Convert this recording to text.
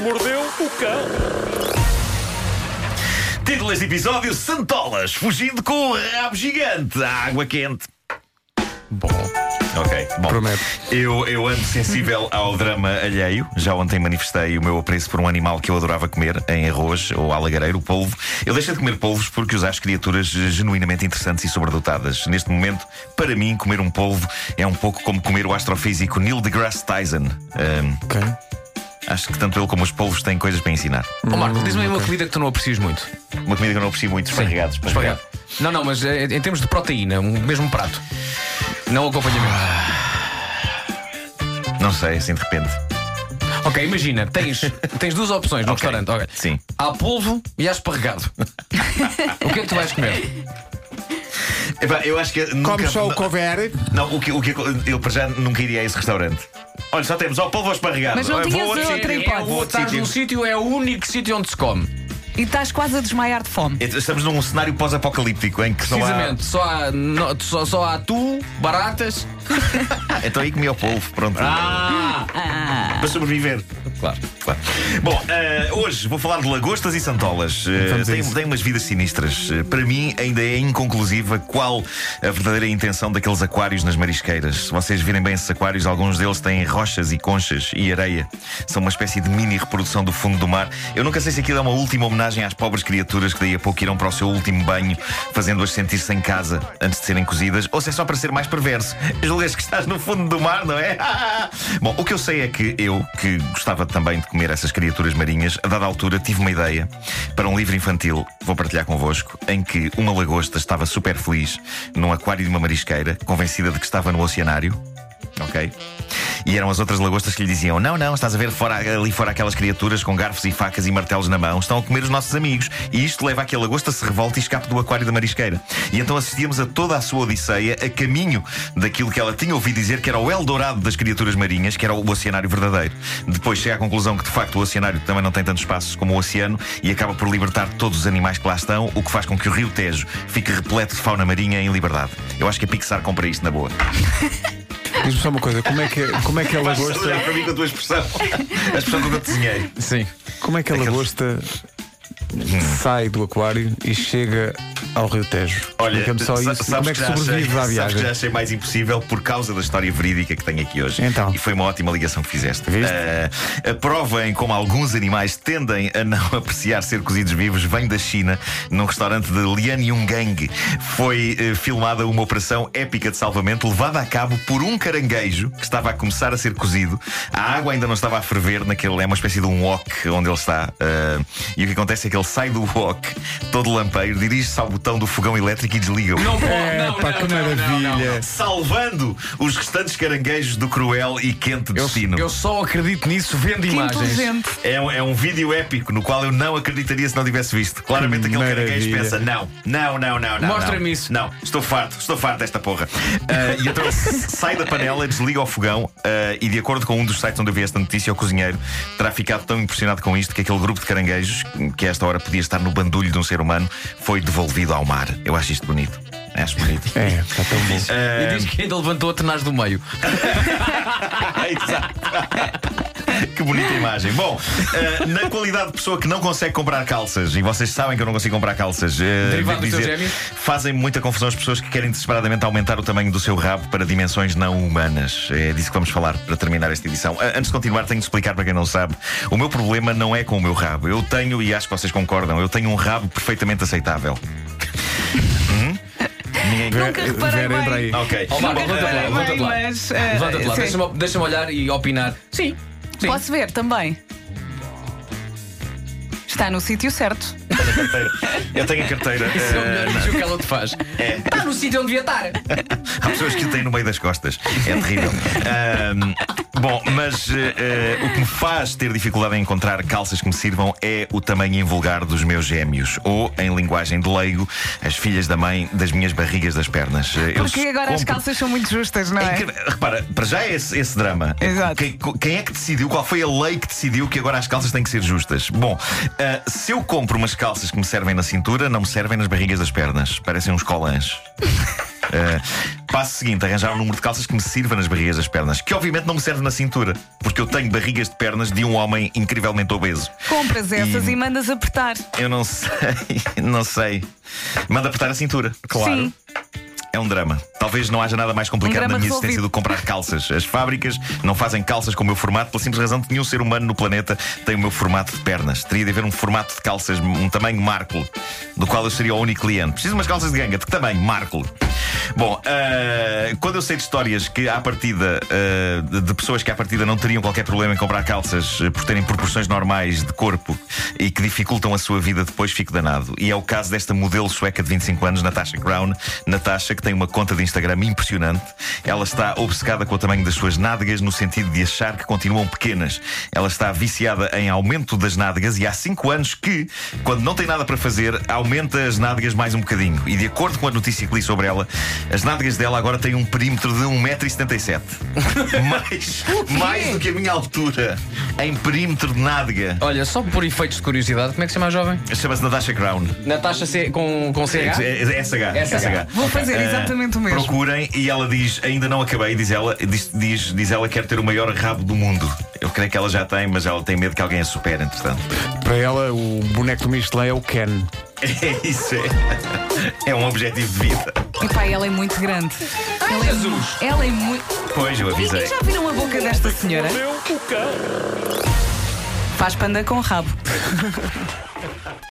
mordeu o cão. Título deste episódio: Santolas, fugindo com o rabo gigante à água quente. Bom. Ok, bom. Prometo. Eu, eu ando sensível ao drama alheio. Já ontem manifestei o meu apreço por um animal que eu adorava comer, em arroz ou alagareiro, o polvo. Eu deixei de comer polvos porque os acho criaturas genuinamente interessantes e sobredotadas. Neste momento, para mim, comer um polvo é um pouco como comer o astrofísico Neil deGrasse Tyson. Ahm, Ok. acho que tanto ele como os polvos têm coisas para ensinar. Ó Marco, diz-me aí uma comida que tu não aprecias muito. Uma comida que eu não aprecio muito, esparregados. Espagado. Não, não, mas eh, em termos de proteína, um mesmo prato. Não acompanhamento. Não sei, assim de repente. Ok, imagina, tens, tens duas opções no Ok. restaurante. ok. Sim. Há polvo e há esparregado. o que é que tu vais comer? Epá, eu acho que. Nunca, Como só o não- que houver. Não, o que, o que, eu para já nunca iria a esse restaurante. Olha, só temos ao polvo ou esparregado. Mas não Olha, vou tinhas a outro outra sítio, hipótese. vou a outro Estás num sítio. sítio, é o único sítio onde se come. E estás quase a desmaiar de fome. Estamos num cenário pós-apocalíptico em que só há. Precisamente, só há, no- só, só há tu, baratas. Ah, Então aí comi ao polvo, pronto. Ah! Para sobreviver. Claro. Claro. Bom, eh, hoje vou falar de lagostas e santolas. Eh, Vamos a tem, isso. tem umas vidas sinistras. Eh, para mim, ainda é inconclusiva qual a verdadeira intenção daqueles aquários nas marisqueiras. Se vocês virem bem esses aquários, alguns deles têm rochas e conchas e areia. São uma espécie de mini reprodução do fundo do mar. Eu nunca sei se aquilo é uma última homenagem às pobres criaturas que daí a pouco irão para o seu último banho, fazendo-as sentir-se em casa antes de serem cozidas, ou se é só para ser mais perverso. Julgas que estás no fundo do mar, não é? Bom, o que eu sei é que eu, que gostava também de comer essas criaturas marinhas, a dada altura tive uma ideia para um livro infantil, vou partilhar convosco, em que uma lagosta estava super feliz num aquário de uma marisqueira, convencida de que estava no oceanário. Ok? E eram as outras lagostas que lhe diziam: Não, não, estás a ver fora- ali fora aquelas criaturas com garfos e facas e martelos na mão, estão a comer os nossos amigos. E isto leva a que a lagosta se revolte e escape do aquário da marisqueira. E então assistíamos a toda a sua odisseia a caminho daquilo que ela tinha ouvido dizer que era o Eldorado das criaturas marinhas, que era o oceanário verdadeiro. Depois chega à conclusão que de facto o oceanário também não tem tanto espaço como o oceano e acaba por libertar todos os animais que lá estão, o que faz com que o Rio Tejo fique repleto de fauna marinha em liberdade. Eu acho que a Pixar compra isto na boa. Diz-me só uma coisa, como é que, como é que a Gosto. lagosta. para mim com a tua expressão. A expressão que eu desenhei. Sim. Como é que a lagosta Hum. sai do aquário e chega ao Rio Tejo? Explica-me só sa- isso. Como é que sobrevive já à achei, sabes que já viagem? achei mais impossível por causa da história verídica que tenho aqui hoje. Então. E foi uma ótima ligação que fizeste. Viste? Ah, a prova em como alguns animais tendem a não apreciar ser cozidos vivos vem da China, num restaurante de Lianyungang. Foi eh, filmada uma operação épica de salvamento levada a cabo por um caranguejo que estava a começar a ser cozido. A água ainda não estava a ferver naquele, é uma espécie de um wok onde ele está. Ah, e o que acontece é que ele sai do wok todo lampeiro, dirige-se ao botão do fogão elétrico e desliga-o Não pode, É, não, pá, não, que não, não, não. maravilha. salvando os restantes caranguejos do cruel e quente destino. Eu, eu só acredito nisso vendo Que imagens. inteligente. É, um, é um vídeo épico no qual eu não acreditaria se não tivesse visto. Claramente Que aquele caranguejo maravilha. pensa: não, não, não, não, não. Mostra-me não. isso. Não, estou farto, estou farto desta porra. Ah, e então ele sai da panela, desliga o fogão ah, e, de acordo com um dos sites onde eu vi esta notícia, o cozinheiro terá ficado tão impressionado com isto que aquele grupo de caranguejos, que a esta hora podia estar no bandulho de um ser humano, foi devolvido ao mar. Eu acho isto bonito. Acho bonito. É, está tão bom. E diz que ainda levantou a tenaz do meio. Exato. Que bonita imagem. Bom, eh, na qualidade de pessoa que não consegue comprar calças, e vocês sabem que eu não consigo comprar calças, eh, devo Derivado dos teus dizer, gêmeos? fazem muita confusão as pessoas que querem desesperadamente aumentar o tamanho do seu rabo para dimensões não humanas. É disso que vamos falar para terminar esta edição. Ah, Antes de continuar, tenho de explicar para quem não sabe: o meu problema não é com o meu rabo. Eu tenho, e acho que vocês concordam, eu tenho um rabo perfeitamente aceitável. Hum? Ninguém Nunca reparei Vera, entra bem. aí. Ok. Ó, Marco, Nunca levanta-te lá, reparei bem, levanta-te lá. mas. eh, Levanta-te lá, sim. deixa-me deixa-me olhar e opinar. Sim. Sim. Posso ver também. Está no sítio certo. Eu tenho a carteira. Isso é o eh, melhor elogio que ela te faz. Está no sítio onde devia estar. Há pessoas que o têm no meio das costas. É terrível. Ahm, bom, mas eh, eh, o que me faz ter dificuldade em encontrar calças que me sirvam é o tamanho invulgar dos meus gêmeos. Ou, em linguagem de leigo, as filhas da mãe das minhas barrigas das pernas. Eh, eu Porque agora as compro- calças são muito justas, não é é? incrível. Repara, para já é esse, esse drama. Exato. Quem, quem é que decidiu? Qual foi a lei que decidiu que agora as calças têm que ser justas? Bom, ah, se eu compro umas calças que me servem na cintura, não me servem nas barrigas das pernas. Parecem uns colãs. Ah, Passo seguinte, arranjar um número de calças que me sirva nas barrigas das pernas, que obviamente não me serve na cintura, porque eu tenho barrigas de pernas de um homem incrivelmente obeso. Compras essas e, mandas apertar. Eu não sei, não sei. Manda apertar a cintura. Sim. É um drama. Talvez não haja nada mais complicado Um na drama minha existência resolvido. do que comprar calças. As fábricas não fazem calças com o meu formato pela simples razão de que nenhum ser humano no planeta tem o meu formato de pernas. Teria de haver um formato de calças, um tamanho Marco, do qual eu seria o único cliente. Preciso de umas calças de ganga. De que tamanho? Marco. Bom, ah, quando eu sei de histórias que à partida, ah, de- de pessoas que à partida não teriam qualquer problema em comprar calças eh, por terem proporções normais de corpo e que dificultam a sua vida depois, fico danado. E é o caso desta modelo sueca de 25 anos, Natasha Crown. Natasha, que tem uma conta de Instagram impressionante. Ela está obcecada com o tamanho das suas nádegas no sentido de achar que continuam pequenas. Ela está viciada em aumento das nádegas e há 5 anos que, quando não tem nada para fazer, aumenta as nádegas mais um bocadinho. E de acordo com a notícia que li sobre ela, as nádegas dela agora têm um perímetro de 1,77m. mais, mais do que a minha altura. Em perímetro de nádega. Olha, só por efeitos de curiosidade, como é que se chama a jovem? Chama-se Natasha Crown. Natasha C, com, com CH? É- é- SH. SH. SH. Vou fazer exatamente o mesmo. Eh, Procurem e ela diz, ainda não acabei, diz ela, diz, diz, diz ela quer ter o maior rabo do mundo. Eu creio que ela já tem, mas ela tem medo que alguém a supere, entretanto. Para ela, o boneco do Michelin é o Ken. É isso, é. É um objetivo de vida. E pá, ela é muito grande. Ela Jesus! é, ela é muito. Pois eu E, avisei. e já viram a boca desta senhora? Faz panda com rabo.